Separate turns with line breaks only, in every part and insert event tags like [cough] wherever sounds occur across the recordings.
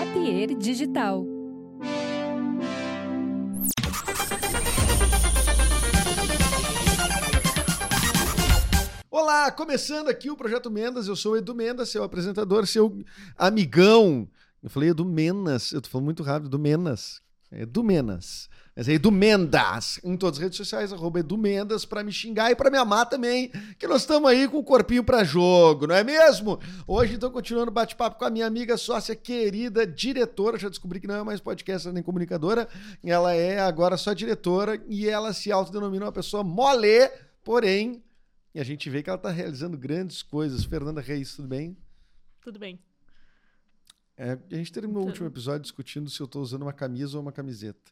Ateliê Digital.
Olá, começando aqui o Projeto Mendas, eu sou o Edu Mendas, seu apresentador, seu amigão. Eu falei Edu Menas, eu tô falando muito rápido, Edu Menas. É Edu Menas. Mas é Edu Mendas, em todas as redes sociais, arroba Edu Mendas, pra me xingar e pra me amar também, que nós estamos aí com o corpinho pra jogo, não é mesmo? Hoje, então, continuando o bate-papo com a minha amiga, sócia querida, diretora, já descobri que não é mais podcast nem comunicadora, ela é agora só diretora e ela se autodenomina uma pessoa mole, porém e a gente vê que ela está realizando grandes coisas. Fernanda Reis, tudo bem?
Tudo bem.
É, a gente terminou o último episódio discutindo se eu estou usando uma camisa ou uma camiseta.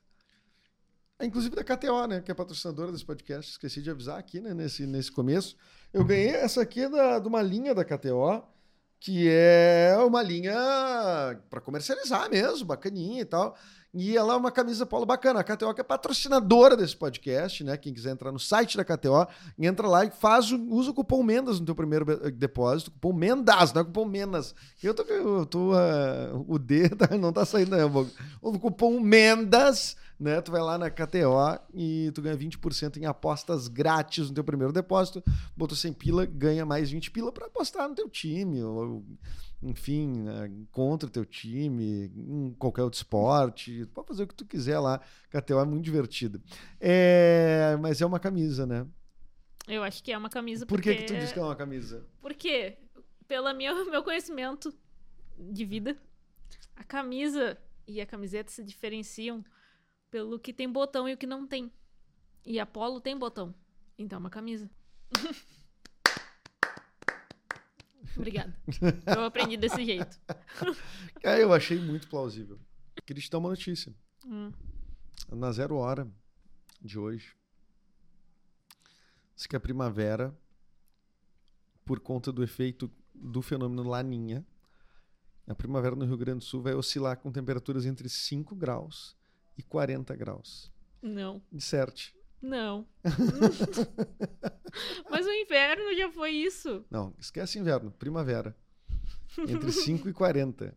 É, inclusive da KTO, né? Que é patrocinadora desse podcast. Esqueci de avisar aqui, né? Nesse, nesse começo. Eu ganhei essa aqui é da, de uma linha da KTO, que é uma linha para comercializar mesmo, bacaninha e tal. E ela é uma camisa polo bacana. A KTO que é patrocinadora desse podcast, né? Quem quiser entrar no site da KTO, entra lá e faz o, usa o cupom MENDAS no teu primeiro be- depósito. Cupom MENDAS, não é cupom MENDAS. Eu tô, eu tô ah, o D tá- [laughs] não tá saindo, né? Bogo? O cupom MENDAS, né? Tu vai lá na KTO e tu ganha 20% em apostas grátis no teu primeiro depósito. Botou 100 pila, ganha mais 20 pila pra apostar no teu time ou enfim, né, contra o teu time, em qualquer outro esporte, pode fazer o que tu quiser lá. KTO é muito divertido. É, mas é uma camisa, né?
Eu acho que é uma camisa
Por
porque...
que, que tu diz que é uma camisa?
Porque, pelo meu, [laughs] meu conhecimento de vida, a camisa e a camiseta se diferenciam pelo que tem botão e o que não tem. E a polo tem botão. Então é uma camisa. [laughs] Obrigada. Eu aprendi desse jeito.
É, eu achei muito plausível. Queria te dar uma notícia.
Hum.
Na zero hora de hoje, diz que a primavera, por conta do efeito do fenômeno Laninha, a primavera no Rio Grande do Sul vai oscilar com temperaturas entre 5 graus e 40 graus.
Não,
De certe. [laughs]
não. Mas o inverno já foi isso.
Não, esquece inverno, primavera. Entre
[laughs]
5 e 40.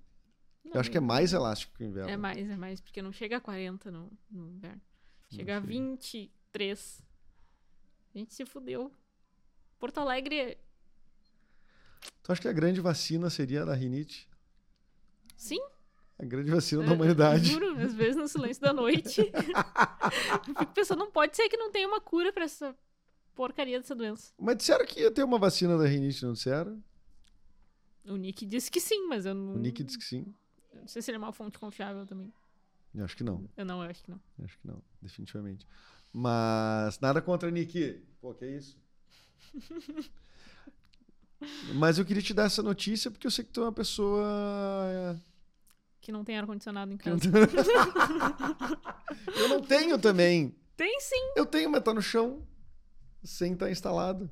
Eu acho que é mais elástico que o inverno.
É mais, é mais, porque não chega a 40 no, no inverno.
Não
Chega a
chega.
23. A gente se fudeu. Porto Alegre,
Tu acha Então, que a grande vacina seria a da rinite?
sim.
A grande vacina
é,
da humanidade.
Juro, às vezes no silêncio
[laughs]
da noite. eu fico pensando, não pode ser que não tenha uma cura pra essa porcaria dessa doença.
Mas disseram que ia ter uma vacina da rinite, não disseram?
O Nick disse que sim, mas eu não.
O Nick disse que sim.
eu Não sei se ele é uma fonte confiável também.
Eu acho que não.
Eu não, eu acho que não.
Eu acho que não, definitivamente. Mas nada contra Nick. Pô, que
[laughs]
isso? Mas eu queria te dar essa notícia porque eu sei que tu é uma pessoa. é,
Que não tem ar-condicionado em
que não
casa.
tem- eu não tenho também.
Tem sim!
Eu tenho, mas tá no chão. Sem estar
[laughs]
instalado.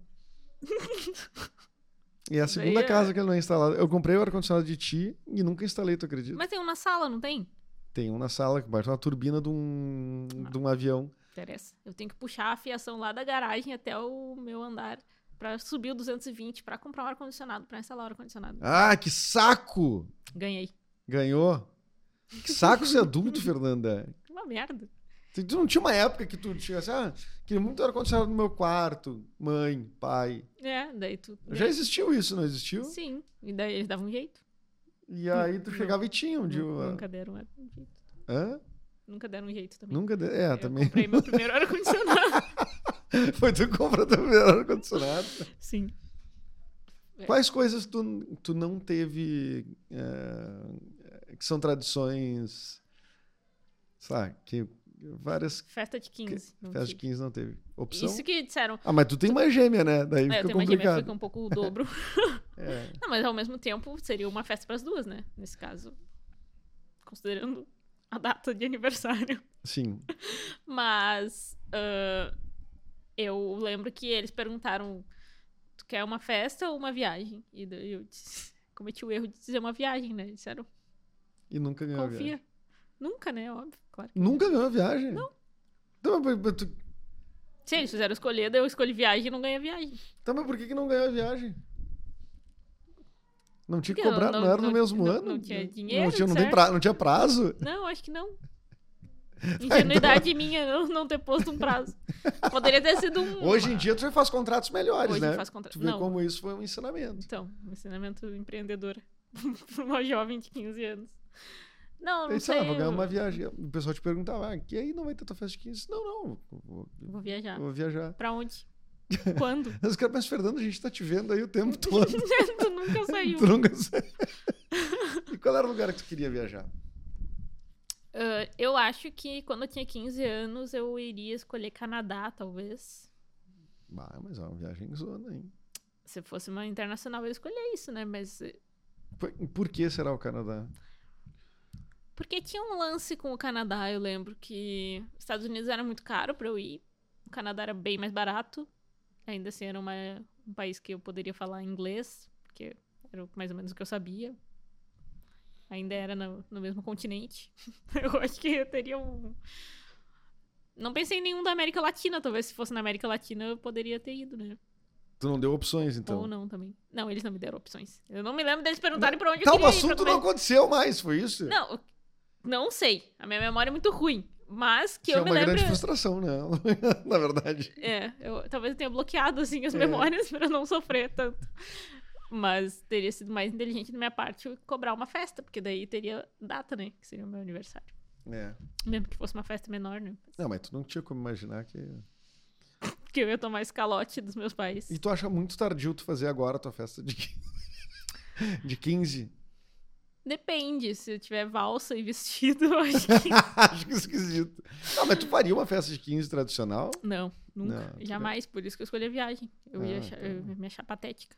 E é a segunda
Daí é-
casa que ele não é instalado. Eu comprei o ar-condicionado de ti e nunca instalei, tu acredita?
Mas tem um na sala, não tem?
Tem um na sala que bate uma turbina de um,
Ah.
de um avião.
Interessa. Eu tenho que puxar a fiação lá da garagem até o meu andar pra subir o 220 pra comprar um ar-condicionado, pra instalar o ar-condicionado.
Ah, que saco!
Ganhei.
Ganhou. Que saco ser adulto,
[laughs]
Fernanda.
Uma merda.
Tu tu não tinha uma época que tu tinha assim, ah, queria muito ar-condicionado no meu quarto, mãe, pai.
É, daí tu.
Já existiu isso, não existiu?
Sim. E daí eles davam um jeito.
E aí tu
Não.
chegava e tinha um dia.
Nu-
uma-
Nunca deram um jeito.
Hã?
Nunca deram um jeito também.
Nunca. De... É,
Eu
também.
comprei meu
[laughs]
primeiro ar-condicionado.
Foi tu que comprou teu primeiro ar-condicionado.
Sim. É.
Quais coisas tu, tu não teve eh, que são tradições, sei lá, que várias
Festa de 15. não
festas de
tive.
15 não teve opção?
Isso que disseram.
Ah, mas tu tem mais gêmea, né? Daí
É, eu
fica
tenho uma gêmea que
complicado.
fica um pouco o dobro. [laughs]
É.
Não, mas ao mesmo tempo seria uma festa pras duas, né? Nesse caso. Considerando a data de aniversário.
Sim.
Mas ah, eu lembro que eles perguntaram: tu quer uma festa ou uma viagem? E daí eu disse- [laughs] cometi o erro de dizer uma viagem, né? Disseram,
E nunca ganhou a É viagem.
confia. Nunca, né? Óbvio, claro.
Nunca ganhou a viagem? Não. Então, mas, mas tu-
Se eles fizeram escolher, daí eu escolhi viagem e não ganhei a viagem.
então, mas por que, que não ganhou a viagem? Não tinha que
Porque eu
cobrar, não,
não-
era no
não-
mesmo
não-
ano?
não tinha dinheiro,
Não tinha, não,
certo?
tem pra- não tinha prazo?
Não, acho
[laughs]
que não. Ingenuidade minha não, não ter posto um prazo. Poderia ter sido um.
Hoje em dia tu já faz contratos melhores,
Hoje
né?
faz contra...
Tu vê
Não,
como isso foi um ensinamento.
então, um ensinamento empreendedor [laughs] para uma jovem de 15 anos. Não, não
Aí, sei
sei.
lá, vou ganhar uma
eu
viagem. O pessoal te perguntava, ah, que aí não vai ter tua festa de 15? Não, não, eu vou,
Vou viajar.
eu vou viajar.
Pra onde? Quando?
[laughs]
[laughs]
Os caras, mas Fernando, a gente tá te vendo aí o tempo todo.
tu nunca saiu.
tu nunca sai. [laughs] E qual era o lugar que tu queria viajar?
Ah, eu acho que quando eu tinha 15 anos, eu iria escolher Canadá, talvez.
Bah, mas é uma viagem zona, hein?
Se fosse uma internacional, eu escolheria isso, né? Mas eh,
Por- Por que será o Canadá?
Porque tinha um lance com o Canadá, eu lembro que os Estados Unidos era muito caro pra eu ir. O Canadá era bem mais barato. Ainda assim, era uma, um país que eu poderia falar inglês, porque era mais ou menos o que eu sabia. Ainda era no, no mesmo continente. [laughs] eu acho que eu teria um. Não pensei em nenhum da América Latina, talvez se fosse na América Latina eu poderia ter ido, né?
Tu não deu opções, então.
Ou não também. Não, eles não me deram opções. Eu não me lembro deles perguntarem pra onde
Tá,
É eu
o
queria ir. pra
assunto
comer.
não aconteceu mais, foi isso?
Não, não sei. A minha memória é muito ruim. Mas que
Isso é
eu me
uma
lembro.
grande frustração, né? [laughs] Na verdade.
É, eu talvez eu tenha bloqueado assim, as
É.
memórias [laughs] pra não sofrer tanto. Mas teria sido mais inteligente da minha parte eu cobrar uma festa, porque daí teria data, né? Que seria o meu aniversário.
É.
Mesmo que fosse uma festa menor, né?
Não, mas tu não tinha como imaginar que.
Porque eu ia tomar esse calote dos meus pais.
E tu acha muito tardio tu fazer agora a tua festa de 15? [laughs] De 15?
Depende, se eu tiver valsa e vestido, [laughs] eu acho que.
[laughs] Acho que é esquisito. Não, mas tu faria uma festa de 15 tradicional?
Não, nunca.
Não, tu
Jamais. Por isso que eu escolhi a viagem. Eu,
Ah,
ia achar- eu
então.
ia me achar patética.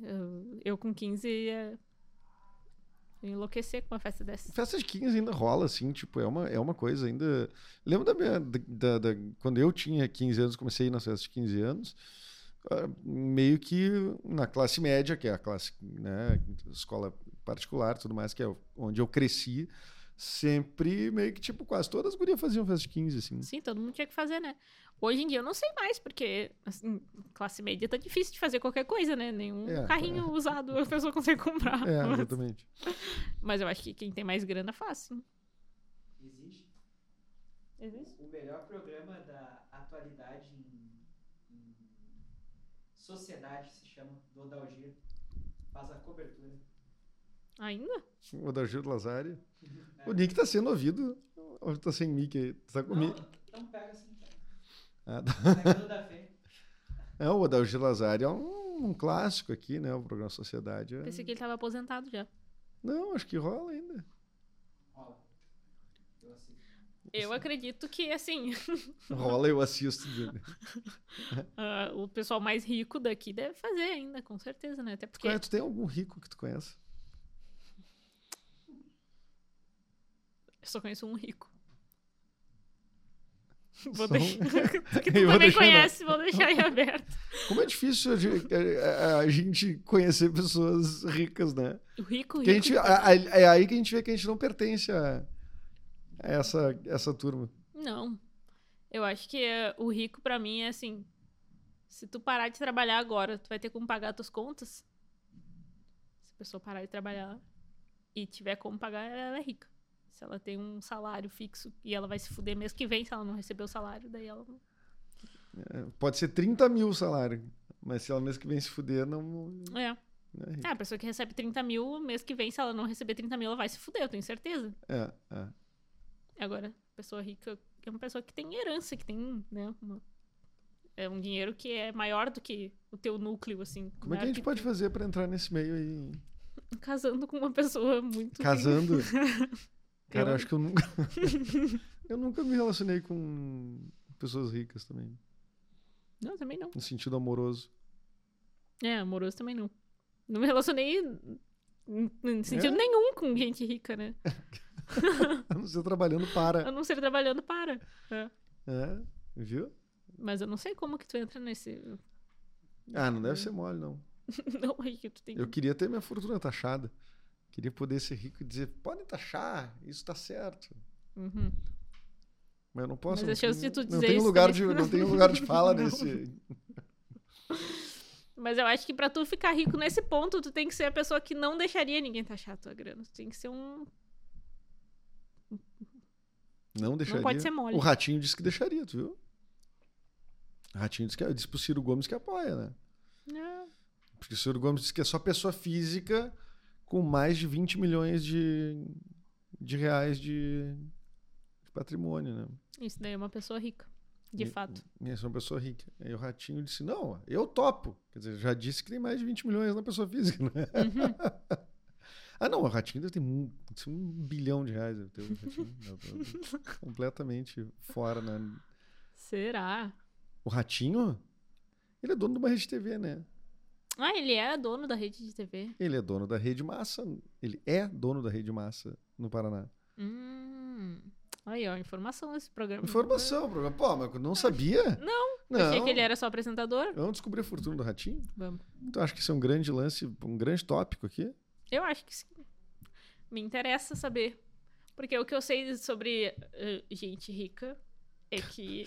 Eu, eu com 15 ia enlouquecer com uma festa dessa.
Festa de 15 ainda rola, assim, tipo, é uma, é uma coisa ainda. Lembro da minha. Da, da- da- quando eu tinha 15 anos, comecei a ir nas festas de 15 anos. ah, Meio que na classe média, que é a classe, né, escola particular, tudo mais, que é onde eu cresci, sempre meio que, tipo, quase todas as gurias faziam festa de 15, assim.
Sim, todo mundo tinha que fazer, né? Hoje em dia eu não sei mais, porque assim, classe média tá difícil de fazer qualquer coisa, né? Nenhum
É,
carrinho usado a pessoa consegue comprar.
É,
mas,
exatamente.
[laughs] mas eu acho que quem tem mais grana faz, sim.
Existe o melhor programa da atualidade em, em sociedade, se chama, do Odalgir. Faz a cobertura.
Ainda?
O Adagio Lazari. O Nick tá sendo ouvido. Ou tá sem mic aí? Tu Tá com
Não,
mic?
não pega assim, cara.
Ah, tá.
Lembrando da fé.
É, o Adalgir Lazari é um, um clássico aqui, né? O programa Sociedade. é-
Pensei que ele tava aposentado já.
Não, acho que rola ainda.
Rola. Eu assisto.
Eu acredito que, assim, [laughs]
Rola, eu assisto dele.
Ah, o pessoal mais rico daqui deve fazer ainda, com certeza, né? Até porque.
Conhece- Tu tem algum rico que tu conhece?
Eu só conheço um rico. [laughs] Vou
Só um?
deixar. [laughs] que tu
Eu vou
também
deixar, né?
conhece, vou deixar aí aberto.
Como é difícil a gente, a- a- a gente conhecer pessoas ricas, né?
O rico,
Porque a
rico.
gente, a- a- é aí que a gente vê que a gente não pertence a, a essa, essa turma.
Não. Eu acho que eh, o rico pra mim é assim. Se tu parar de trabalhar agora, tu vai ter como pagar tuas contas? Se a pessoa parar de trabalhar e tiver como pagar, ela é rica. Se ela tem um salário fixo e ela vai se fuder mês que vem se ela não receber o salário, daí ela não
É, Pode ser 30 mil o salário, mas se ela mês que vem se fuder, não. não
É.
é rico.
É, a pessoa que recebe 30 mil, mês que vem, se ela não receber 30 mil, ela vai se fuder, eu tenho certeza.
É, é.
Agora, pessoa rica é uma pessoa que tem herança, que tem, né? uma- é um dinheiro que é maior do que o teu núcleo, assim.
Como é que a
maior
gente pode
tu-
fazer pra entrar nesse meio aí?
Casando com uma pessoa
[laughs]
muito.
Casando. Cara, eu
Eu-
acho que eu nunca. [laughs] eu nunca me relacionei com pessoas ricas também.
Não, também não.
No sentido amoroso. [laughs]
É, amoroso também não. Não me relacionei em- em
É.
sentido nenhum com gente rica, né?
A não ser trabalhando para.
A não ser trabalhando para. É.
É, viu?
Mas eu não sei como que tu entra nesse. [laughs]
Ah, não deve ser mole, não.
Não, aí que tu tem
Eu queria ter minha fortuna taxada. Queria poder ser rico e dizer, podem taxar, isso tá certo.
Uhum.
Mas eu não posso.
Mas
não
a chance
tenho-
de tu
não
dizer
tenho [laughs]
isso
lugar de
também-
Não tenho lugar de fala
Não.
nesse.
Mas eu acho que pra tu ficar rico nesse ponto, tu tem que ser a pessoa que não deixaria ninguém taxar a tua grana. Tu tem que ser um.
Não deixaria.
Não pode ser mole.
O Ratinho disse que deixaria, tu viu? O Ratinho disse, que, é, disse pro Ciro Gomes que apoia, né?
Não.
Porque o Ciro Gomes disse que é só pessoa física com mais de 20 milhões de, de reais de, de patrimônio, né?
Isso daí é uma pessoa rica. De
E- [laughs]
fato.
E essa é uma pessoa rica. Aí o Ratinho disse, não, eu topo. Quer dizer, já disse que tem mais de 20 milhões na pessoa física, né? [laughs]
Uhum.
ah, não, o Ratinho deve ter um, deve ter um bilhão de reais. Deve ter o Ratinho. Não, tô- tô completamente fora, né?
Será?
O Ratinho, ele é dono de uma rede TV, né?
Ah, ele é dono da rede de TV.
Ele é dono da Rede Massa. Ele é dono da Rede Massa no Paraná.
Hum. Aí, ó, informação desse programa.
Informação, programa. Pô, mas eu não sabia? Não.
Eu Achei que ele era só apresentador.
Vamos descobrir a fortuna do Ratinho?
Vamos.
Então acho que isso é um grande lance, um grande tópico aqui.
Eu acho que sim. Me interessa saber. Porque o que eu sei sobre eh, gente rica
[laughs]
é que.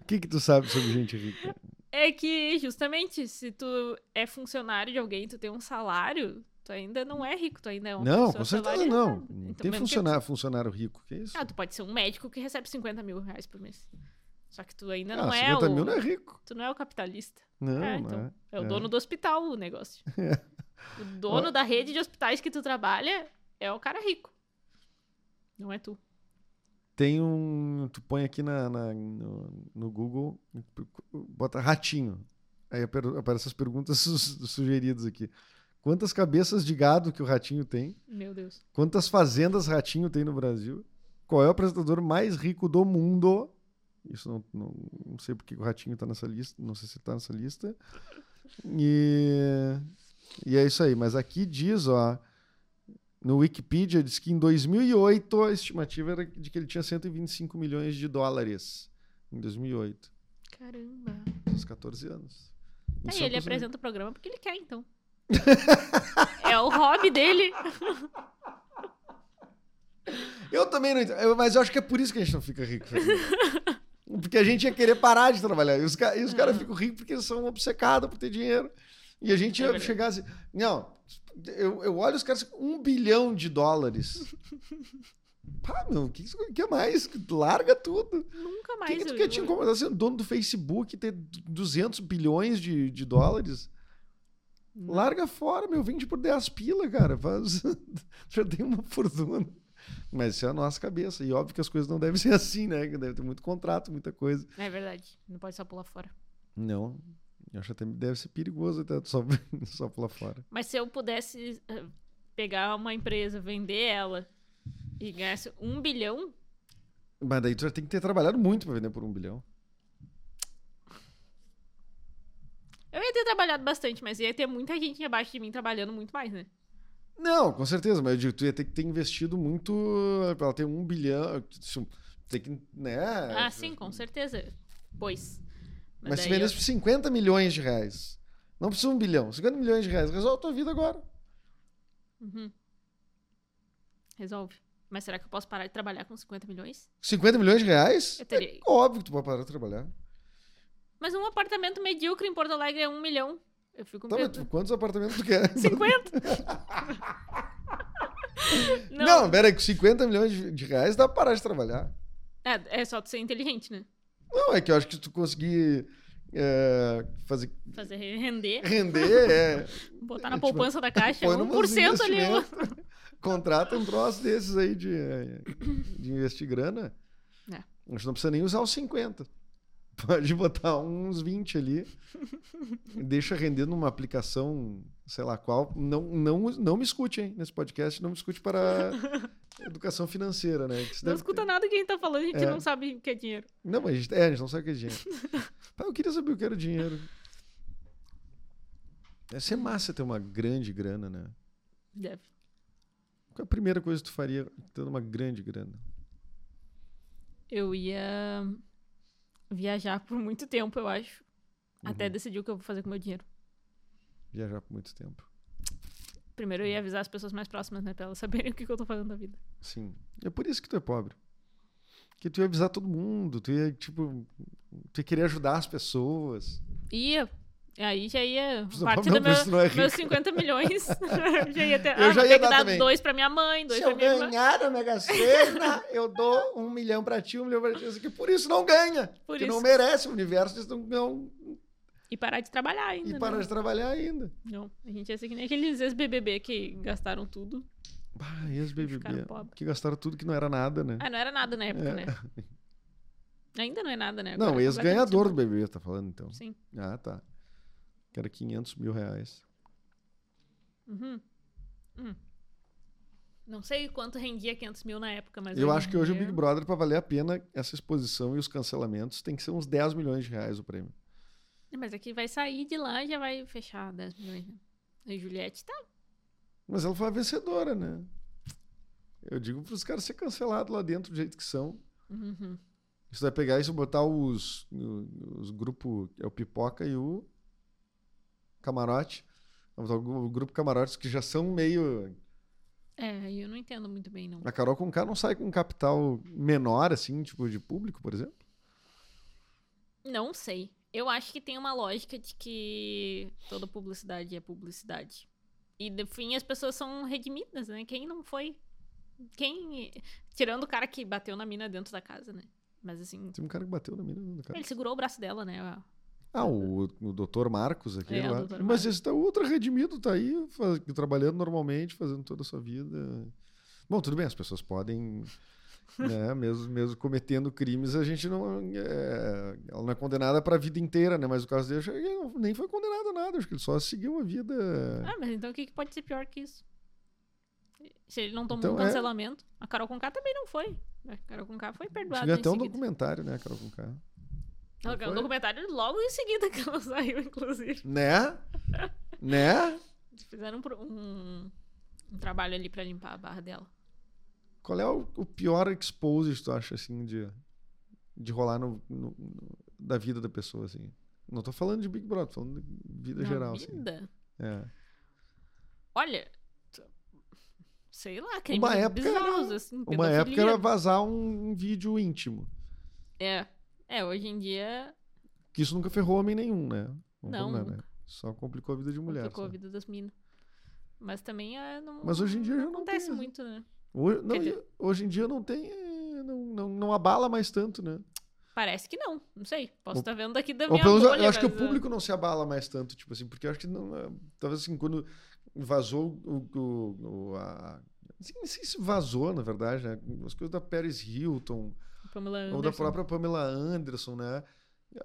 O que que tu sabe sobre gente
[laughs]
rica?
É que, justamente, se tu é funcionário de alguém, tu tem um salário, tu ainda não é rico, tu ainda é uma
não,
pessoa
com certeza
salariada.
não. Não
Então,
tem
mesmo que-
funcionário, funcionário rico, que isso?
Ah, tu pode ser um médico que recebe 50 mil reais por mês. Só que tu ainda
Ah,
não é
50
o...
mil não é rico.
Tu não é o capitalista.
Não,
É,
não
então.
é. Ah.
É o dono do hospital
[laughs]
o negócio. O dono da rede de hospitais que tu trabalha é o cara rico. Não é tu.
Tem um. Tu põe aqui na, na- no, no Google, bota ratinho. Aí aper- aparecem as perguntas [laughs] su- sugeridas aqui. Quantas cabeças de gado que o ratinho tem?
Meu Deus.
Quantas fazendas ratinho tem no Brasil? Qual é o apresentador mais rico do mundo? Isso não, não, não sei porque o ratinho tá nessa lista, não sei se ele tá nessa lista. E, e é isso aí, mas aqui diz, ó, no Wikipedia diz que em 2008 a estimativa era de que ele tinha 125 milhões de dólares. Em 2008,
Caramba.
aos 14 anos. Em
Tá Aí
São
ele
Paulo,
apresenta o programa porque ele quer,
[laughs]
então. é o hobby dele.
Eu também não entendo. Eu- mas eu acho que é por isso que a gente não fica rico. Fernando. porque a gente ia querer parar de trabalhar. E os, ca- e os
Uhum.
caras ficam ricos porque eles são obcecados por ter dinheiro. E a gente
É
ia
verdade.
chegar assim. Não, eu, eu olho os caras assim, um bilhão de
[laughs]
dólares. Pá, meu, o que, isso- o que é mais? Larga tudo.
Nunca
O
mais.
que, que tu
eu-
quer te incomodar sendo dono do Facebook e ter 200 bilhões de, de dólares?
Não.
Larga fora, meu. Vende por 10 pila, cara. Faz... [laughs] Já tem uma fortuna. Mas isso é a nossa cabeça. E óbvio que as coisas não devem ser assim, né? Que Deve ter muito contrato, muita coisa.
É verdade. Não pode só pular fora.
Não. Eu acho até que deve ser perigoso até tu só, [laughs] só pular fora.
Mas se eu pudesse eh, pegar uma empresa, vender ela e ganhasse um bilhão,
Mas daí tu já tem que ter trabalhado muito pra vender por um bilhão.
eu ia ter trabalhado bastante, mas ia ter muita gente abaixo de mim trabalhando muito mais, né?
Não, com certeza. Mas eu digo, tu ia ter que ter investido muito pra ela ter um bilhão. Isso, Tem que, né?
Ah, sim, com certeza. Pois.
Mas, se
daí eu-
vendesse por 50 milhões de reais. Não precisa um bilhão. 50 milhões de reais. Resolve a tua vida agora.
Uhum. Resolve. Mas será que eu posso parar de trabalhar com 50 milhões?
50 milhões de reais?
Eu teria.
É óbvio que tu vai parar de trabalhar.
Mas um apartamento medíocre em Porto Alegre é um milhão. Eu fico
Tá, mas
medo. [laughs]
tu- quantos apartamentos tu quer? [laughs]
50? [laughs] não.
Não, peraí, com 50 milhões de de reais dá pra parar de trabalhar.
É, é só tu ser inteligente, né?
Não, é que eu acho que tu conseguir é, fazer,
Fazer render,
render, é,
botar
[laughs]
na
Tipo,
poupança da caixa,
põe numas
1% ali.
investimento. [laughs] contrata um troço desses aí de, eh, de investir grana.
É.
A gente não precisa nem usar os 50. [laughs] Pode botar uns 20
[laughs]
ali. Deixa render numa aplicação, sei lá qual. Não, não, não me escute, hein, nesse podcast. Não me escute
[laughs]
para educação financeira, né? Que isso
Não
deve ter-
escuta nada que a gente tá falando, a gente
É.
não sabe o que é dinheiro.
Não, mas a gente, é, a gente não sabe o que é dinheiro.
[laughs]
Pá, eu queria saber o que era dinheiro. Deve ser massa ter uma grande grana, né?
Deve.
Qual é a primeira coisa que tu faria tendo uma grande grana?
Eu ia viajar por muito tempo, eu acho. Até
Uhum.
decidir o que eu vou fazer com o meu dinheiro.
Viajar por muito tempo.
Primeiro eu
Uhum.
ia avisar as pessoas mais próximas, né? Pra elas saberem [laughs] o que, que eu tô fazendo da vida.
Sim. É por isso que tu é pobre. Porque tu ia avisar todo mundo, tu ia, tipo, tu ia querer ajudar as pessoas.
Ia. Aí já ia
Não,
parte
não,
do meu,
isso não é rico.
meus 50
[laughs]
milhões. [laughs] já ia ter,
Eu
ah,
já
vou
ia
ter que
dar
dar
também.
dois pra minha mãe, dois
Se
é pra
eu
minha irmã.
ganhar a Mega Sena, [laughs] eu dou um milhão pra ti, um milhão pra ti. isso aqui. Por isso não ganha.
Por
porque
isso.
não merece o universo, eles não, não
E parar de trabalhar ainda.
e
né?
parar de trabalhar ainda.
Não, a gente ia ser que nem aqueles ex-BBB que gastaram tudo.
Bah, e as BBB,
Ficaram pobres.
que gastaram tudo que não era nada, né?
Ah, não era nada na época,
É. [laughs]
né? Ainda não é nada, né?
não,
Agora é
ex-ganhador do
completamente
BBB, tá falando, então.
outra- Sim.
Ah, tá. Que era 500 mil reais.
Uhum. Hum. Não sei quanto rendia 500 mil na época, mas...
eu
hoje
acho
em
que hoje o
dia-
Big Brother, pra valer a pena essa exposição e os cancelamentos, tem que ser uns 10 milhões de reais o prêmio.
É, Mas aqui vai sair de lá e já vai fechar 10 milhões. né? A Juliette tá.
Mas ela foi a vencedora, né? Eu digo pros caras ser cancelados lá dentro do jeito que são.
Uhum.
Você vai pegar isso e botar os, os grupos, é o Pipoca e o Camarote. Vai botar o grupo Camarotes que já são meio...
É, eu não entendo muito bem, não.
A Carol com K não sai com um capital menor, assim, tipo, de público, por exemplo.
Não sei. Eu acho que tem uma lógica de que toda publicidade é publicidade. E, no fim, as pessoas são redimidas, né? Quem não foi? Quem. Tirando o cara que bateu na mina dentro da casa, né? Mas assim.
Tem um cara que bateu na mina, né, do cara.
Ele segurou o braço dela, né?
Ah, o, o doutor Marcos aqui
É, o
lá.
Dr.
Mas
Marcos.
esse tá ultra redimido, tá aí faz- trabalhando normalmente, fazendo toda a sua vida. Bom, tudo bem, as pessoas podem, né, [laughs] mesmo, mesmo cometendo crimes, a gente não. é, ela não é condenada pra vida inteira, né? Mas o caso dele, acho que ele não- nem foi condenado a nada, acho que ele só seguiu a vida.
Ah, mas então o que que pode ser pior que isso? Se ele não tomou
Então,
um
é.
cancelamento. A Carol Conká também não foi. A Carol Conká foi perdoada.
Tive
em
até um
seguida.
documentário, né, Carol Conká?
Ela ganhou um
Foi?
documentário logo em seguida [laughs] que ela saiu, inclusive. [laughs]
Né? né?
Eles Fizeram um, pro- um- um trabalho ali pra limpar a barra dela.
Qual é o, o pior expose que tu acha, assim, de, de rolar no, no- no- da vida da pessoa, assim? Não tô falando de Big Brother, tô falando de vida
Na
geral, assim.
vida?
É.
Olha, t- sei lá, crimes
Uma época
bizarros,
era- um-
assim,
Uma
pedofilia.
época era vazar um, um vídeo íntimo.
É, é, hoje em dia
Que isso nunca ferrou homem nenhum, né? Vamos
Não,
combinar,
nunca.
né? Só complicou a vida de mulher.
complicou a
sabe?
vida das minas. Mas também é, não,
Mas hoje em dia já não
acontece
tem, né?
muito, né?
Hoje, não,
Quer dizer-
hoje em dia não tem. é, Não, não, não abala mais tanto, né?
Parece que não, não sei. Posso
Ou-
estar vendo aqui da
Ou
minha
pelo menos,
bolha,
eu acho que o
mas, ah,
público não se abala mais tanto, tipo assim, porque eu acho que não, é, talvez assim, quando vazou o. o, o a, assim, não sei se vazou, na verdade, né? As coisas da Paris Hilton,
Pamela
ou da
Anderson.
própria Pamela Anderson, né?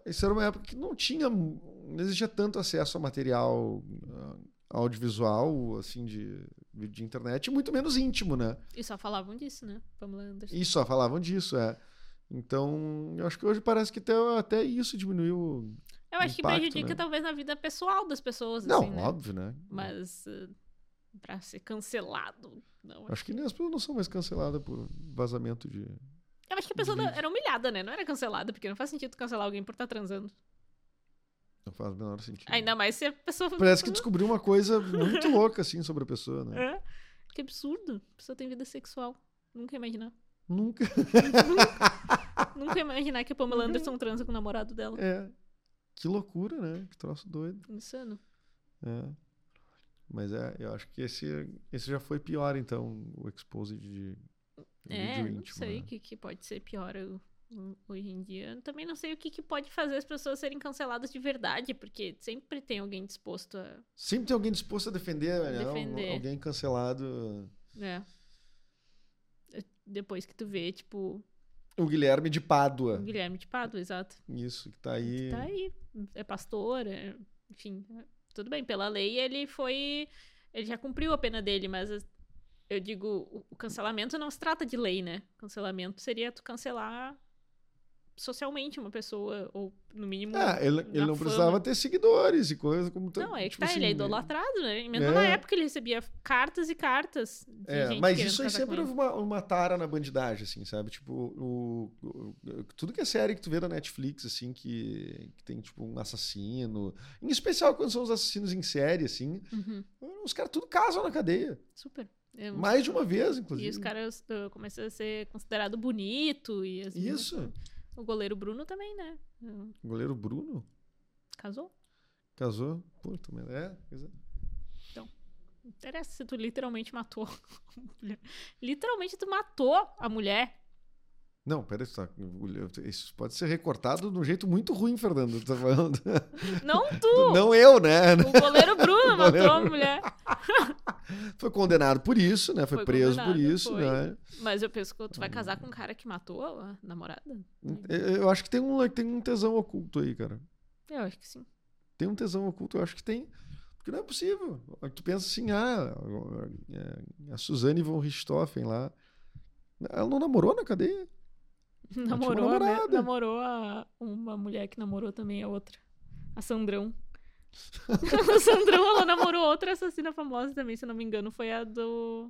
Isso era uma época que não tinha. Não existia tanto acesso a material ah, audiovisual, assim, de, de internet, e muito menos íntimo, né?
E só falavam disso, né? Pamela Anderson.
E só falavam disso, é. Então, eu acho que hoje parece que até, até isso diminuiu.
Eu acho que
impacto,
prejudica
né?
é talvez na vida pessoal das pessoas,
Não,
assim, né?
óbvio, né?
Mas ah, pra ser cancelado, não.
Acho que nem as pessoas não são mais canceladas por vazamento de.
Eu acho que a pessoa
Divide.
era humilhada, né? Não era cancelada, porque não faz sentido cancelar alguém por estar transando.
Não faz o menor sentido.
Ainda mais se a pessoa.
Parece que descobriu uma coisa muito louca, assim, sobre a pessoa, né?
É. Que absurdo. A pessoa tem vida sexual. Nunca ia imaginar.
Nunca. [laughs]
Nunca ia imaginar que a Pamela
Uhum.
Anderson transa com o namorado dela.
É. Que loucura, né? Que troço doido.
Insano.
É. Mas é, eu acho que esse, esse já foi pior, então, o expose de. de
É,
vídeo
não
íntimo,
sei o
né?
que, que pode ser pior eu- eu- hoje em dia. Eu também não sei o que, que pode fazer as pessoas serem canceladas de verdade, porque sempre tem alguém disposto a.
Sempre tem alguém disposto a defender, né? Um-
Defender.
Alguém cancelado.
né? É, Depois que tu vê, tipo,
O Guilherme de
o
Pádua.
Guilherme de Pado, exato.
Isso, que tá aí.
tá aí, é pastor, é- enfim, é- tudo bem. Pela lei ele foi, ele já cumpriu a pena dele, mas as- eu digo, o- o cancelamento não se trata de lei, né? Cancelamento seria tu cancelar socialmente uma pessoa, ou no mínimo...
Ah, ele,
né? na
ele não
fama.
precisava ter seguidores e coisa como tá-
Não, é que
tipo
tá, ele é
assim,
idolatrado, né? Mesmo na
É.
época ele recebia cartas e cartas de
É,
gente
mas
querendo
isso aí
casar com
sempre
ele.
houve uma, uma tara na bandidagem, assim, sabe? Tipo, o, o- o- tudo que é série que tu vê da Netflix, assim, que, que tem, tipo, um assassino. Em especial quando são os assassinos em série, assim,
Uhum,
os caras tudo casam na cadeia.
super. É um-
Mais de uma vez, inclusive.
E os caras uh, começam a ser considerado bonito e assim, as meninas-
Isso.
O goleiro Bruno também, né?
O goleiro Bruno?
Casou?
Casou? Puta, mas é, pois é.
Não interessa se tu literalmente matou [laughs] a mulher. Literalmente tu matou a mulher.
Não, pera, isso, tá- isso pode ser recortado de um jeito muito ruim, Fernando. tu Tá falando.
[laughs]
[laughs]
Não tu!
Não eu, né?
O goleiro Bruno
[laughs] O
matou
goleiro
a mulher.
Foi condenado por isso, né? Foi,
Foi
preso por
condenado,
isso,
foi.
né?
Mas eu penso que tu vai casar com um cara que matou a namorada?
É, Eu eu acho que tem um, tem um tesão oculto aí, cara.
Eu acho que sim.
Tem um tesão oculto, eu acho que tem. Porque não é possível. Tu pensa assim, ah, é, a Suzane von Richthofen lá. Ela não namorou na cadeia?
[laughs] Namorou, a me-
namorada.
namorou a uma mulher que namorou também a outra. A
[laughs]
Sandrão. a Sandrão, ela namorou outra assassina famosa também, se eu não me engano, foi a do.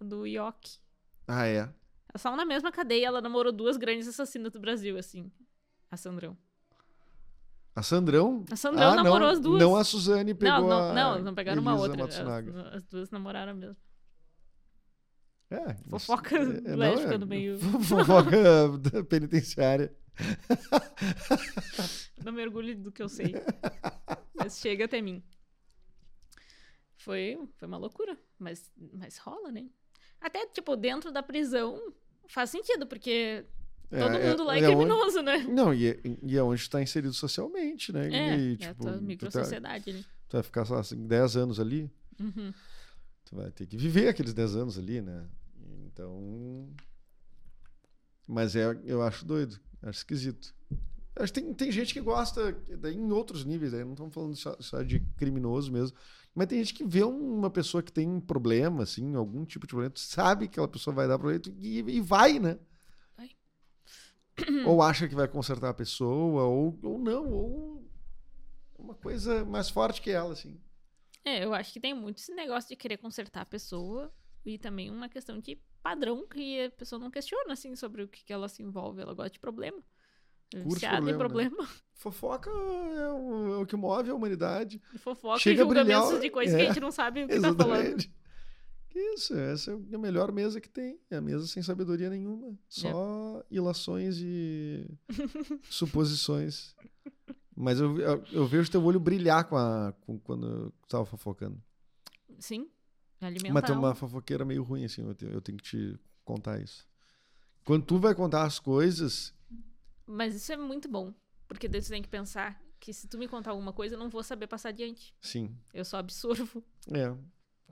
A do York.
Ah, é.
Elas estavam na mesma cadeia, ela namorou duas grandes assassinas do Brasil, assim. A Sandrão.
A Sandrão?
A Sandrão
Ah,
namorou
não,
as duas.
Não a Suzane pegou
não, não,
a
não, não pegaram uma
Elisa
outra. é,
Matsunaga.
As, as duas namoraram mesmo.
É, mas-
Fofoca
não, é
lésbica no meio.
[laughs] Fofoca da penitenciária.
Não mergulho do que eu
[laughs]
sei. mas chega até mim. Foi, foi uma loucura. Mas, mas rola, né? Até, tipo, dentro da prisão faz sentido, porque [laughs] todo
É,
mundo lá é,
onde-
criminoso, né?
Não, e é, e é onde está inserido socialmente, né?
É,
e,
é a
tipo,
tua
tu, tá,
microsociedade, né?
tu vai ficar, sei lá, assim, 10 anos ali,
Uhum.
tu vai ter que viver aqueles 10 anos ali, né? Então. Mas é, eu acho doido, acho esquisito. Acho que tem, tem gente que gosta daí em outros níveis, né? não estamos falando só, só de criminoso mesmo. Mas tem gente que vê um- uma pessoa que tem problema, assim, algum tipo de problema, tu sabe que aquela pessoa vai dar problema tu- e, e vai, né?
Vai.
[coughs] Ou acha que vai consertar a pessoa, ou, ou não, ou uma coisa mais forte que ela, assim.
É, eu acho que tem muito esse negócio de querer consertar a pessoa e também uma questão de padrão que a pessoa não questiona, assim, sobre o que, que ela se envolve. Ela gosta de problema. É
Curte
Viciada em
problema, né?
problema.
Fofoca é o, é o que move a humanidade.
[laughs] Fofoca
Chega a
e julgamentos
brilhar,
de coisas que
é.
a gente não sabe o que tá falando.
Exatamente. Que Isso, essa é a melhor mesa que tem. É a mesa sem sabedoria nenhuma. Só ilações
[laughs]
e suposições. Mas eu, eu, eu vejo teu olho brilhar com a, com, quando eu tava fofocando.
Sim. Alimentar.
Mas tu é uma fofoqueira meio ruim, assim. Eu tenho, eu tenho que te contar isso. Quando tu vai contar as coisas,
Mas isso é muito bom. Porque daí tu tem que pensar que se tu me contar alguma coisa, eu não vou saber passar adiante.
sim.
Eu só absorvo.
É.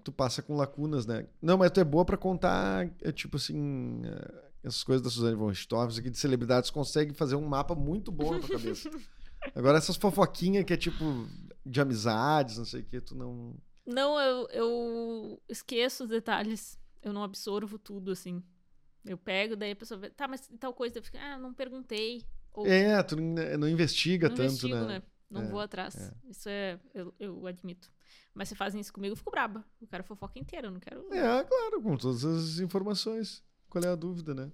Tu passa com lacunas, né? Não, mas tu é boa pra contar, é, tipo assim, é, essas coisas da Suzane von Richthofen, aqui de celebridades, consegue fazer um mapa muito bom na
[laughs]
tua cabeça. Agora, essas fofoquinhas que é tipo de amizades, não sei o que, tu não.
Não, eu, eu esqueço os detalhes. Eu não absorvo tudo, assim. Eu pego, daí a pessoa vê, tá, mas tal coisa, eu fico, ah, não perguntei. Ou
É, tu não não investiga
não
tanto,
investigo,
né?
Não
É,
vou atrás.
é.
Isso é, eu, eu admito. Mas se fazem isso comigo, eu fico braba. Eu quero fofoca inteira, eu não quero.
É, claro, com todas as informações. Qual é a dúvida, né?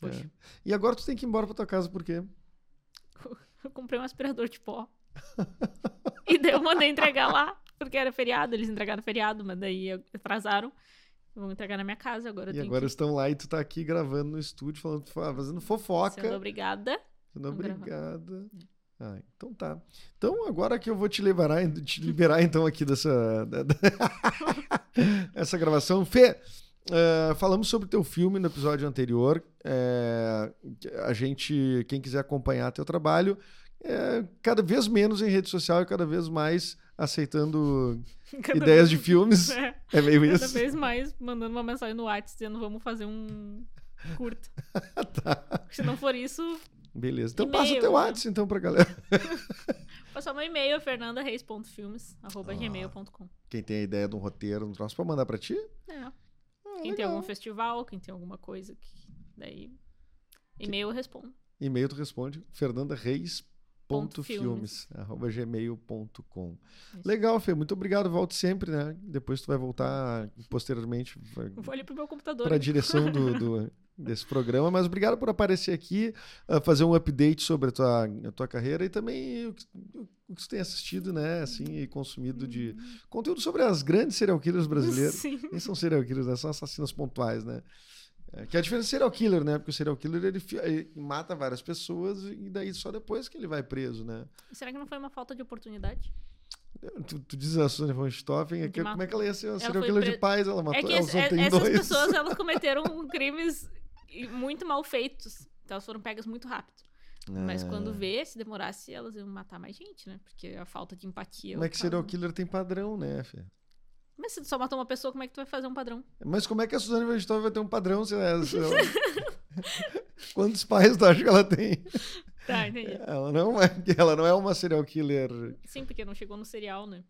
Poxa.
É. E agora tu tem que ir embora pra tua casa, por quê?
[laughs] Eu comprei um aspirador de pó. e daí eu mandei entregar lá, porque era feriado, eles entregaram feriado, mas daí atrasaram. Vão entregar na minha casa, agora
e
eu tenho
agora
que é
estão lá e tu tá aqui gravando no estúdio, falando, fazendo fofoca.
sendo obrigada.
Sendo
Vamos gravar. É.
obrigada. Ah, então tá. Então agora que eu vou te liberar, te liberar então aqui dessa da- [laughs] da- essa gravação, Fê. eh, falamos sobre teu filme no episódio anterior. Eh, a gente, quem quiser acompanhar teu trabalho, eh, cada vez menos em rede social e cada vez mais aceitando
Cada
[laughs] ideias de
vez-
filmes.
[laughs] É,
É meio
cada
isso.
vez mais mandando uma mensagem no WhatsApp dizendo vamos fazer um curta.
[laughs] Tá.
Se não for isso,
Beleza. Então
E-mail,
passa o teu
né?
WhatsApp então pra galera.
passar meu e-mail,
Ah.
fernandareis.filmes.gmail.com.
Quem tem a ideia de um roteiro, um troço pra mandar pra ti?
É.
Ah,
Quem tem
legal.
algum festival, quem tem alguma coisa que daí. E-mail eu respondo.
E-mail tu responde
Ponto filmes.
fernandareis.filmes@gmail.com.
Isso.
Legal, Fê, muito obrigado, volte sempre, né? Depois tu vai voltar posteriormente vai-
Vou ali pro meu computador.
para a direção do,
[laughs]
do- desse programa, mas obrigado por aparecer aqui, ah, fazer um update sobre a tua, a tua carreira e também o que, o que tu tem assistido, né, assim, e consumido de
Uhum.
conteúdo sobre as grandes serial killers brasileiras.
Sim.
Nem são serial killers, né? são assassinas pontuais, né? É, que é a diferença do serial killer, né? Porque o serial killer ele, fi- ele mata várias pessoas e daí só depois que ele vai preso, né?
Será que não foi uma falta de oportunidade?
Tu, tu diz a Sônia von Stoffen, é
Que
que-
ma-
como é que ela ia ser uma serial
foi
killer de
pre-
paz? Ela matou,
é que
ela
es-
só
é-
tem
essas
dois.
[laughs] pessoas
[laughs]
elas cometeram crimes e- muito mal feitos. Então elas foram pegas muito rápido. Mas
É.
quando vê, se demorasse, elas iam matar mais gente, né? Porque a falta de empatia.
Como é que serial
o
killer tem padrão, né, Fê?
Mas se tu só matou uma pessoa, como é que tu vai fazer um padrão?
Mas como é que a Suzane von Stoffen vai ter um padrão se ela... se
[laughs]
ela- Quantos pais tu acha que ela tem?
Tá, entendi.
Ela não é, ela não é uma serial killer
Sim, porque não chegou no serial, né?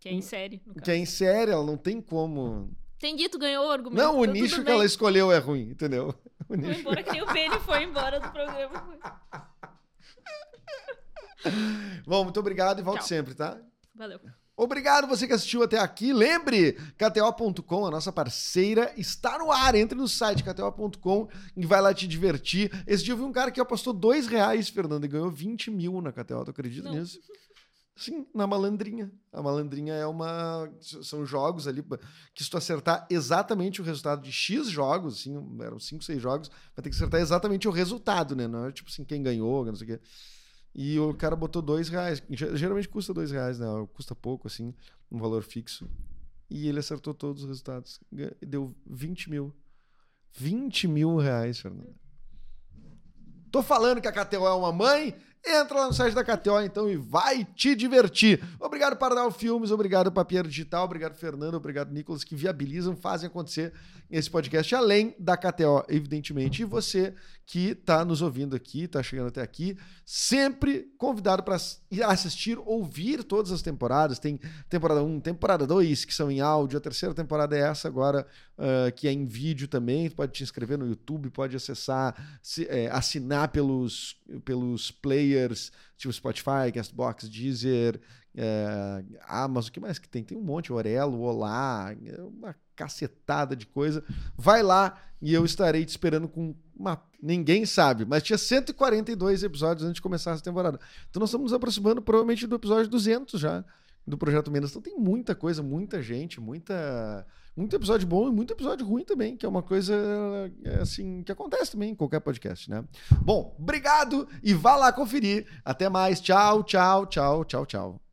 Que é em série, no caso.
que é em série, ela não tem como...
Entendi, tu ganhou o argumento.
Não, o
tá tudo
nicho que
bem.
ela escolheu é ruim, entendeu? O
Foi
nicho...
embora
[laughs]
que nem o Benny foi embora do programa.
Bom, muito obrigado e volte
Tchau.
sempre, tá?
Valeu.
Obrigado você que assistiu até aqui. Lembre, KTO.com, a nossa parceira, está no ar. Entre no site KTO.com e vai lá te divertir. Esse dia eu vi um cara que apostou dois reais, Fernando, e ganhou 20 mil na KTO. Tu acredita
Não.
nisso? Sim, na malandrinha. A malandrinha é uma. São jogos ali que se tu acertar exatamente o resultado de X jogos, assim, eram 5, 6 jogos, vai ter que acertar exatamente o resultado, né? Não é tipo assim, quem ganhou, não sei o quê. E o cara botou dois reais. Ge- Geralmente custa dois reais, né? Custa pouco, assim, um valor fixo. E ele acertou todos os resultados. Gan- Deu 20 mil. 20 mil reais, Fernando. Tô falando que a KTO é uma mãe. Entra lá no site da KTO, então, e vai te divertir. Obrigado, Pardal Filmes. Obrigado, Papier Digital. Obrigado, Fernando. Obrigado, Nicolas, que viabilizam, fazem acontecer esse podcast. Além da KTO, evidentemente. E você que tá nos ouvindo aqui, tá chegando até aqui sempre convidado para ir assistir, ouvir todas as temporadas. Tem temporada 1, temporada 2, que são em áudio. A terceira temporada é essa agora, ah, que é em vídeo também. Tu pode te inscrever no YouTube, pode acessar, se- eh, assinar pelos, pelos players, tipo Spotify, Castbox, Deezer, eh, Amazon, o que mais que tem? Tem um monte, Orelo, Olá, é uma cacetada de coisa. Vai lá e eu estarei te esperando com uma. Ninguém sabe, mas tinha 142 episódios antes de começar essa temporada. Então nós estamos nos aproximando provavelmente do episódio 200 já, do Projeto Minas. Então tem muita coisa, muita gente, muita. Muito episódio bom e muito episódio ruim também, que é uma coisa é, assim que acontece também em qualquer podcast, né? Bom, obrigado e vá lá conferir. Até mais. Tchau, tchau, tchau, tchau, tchau.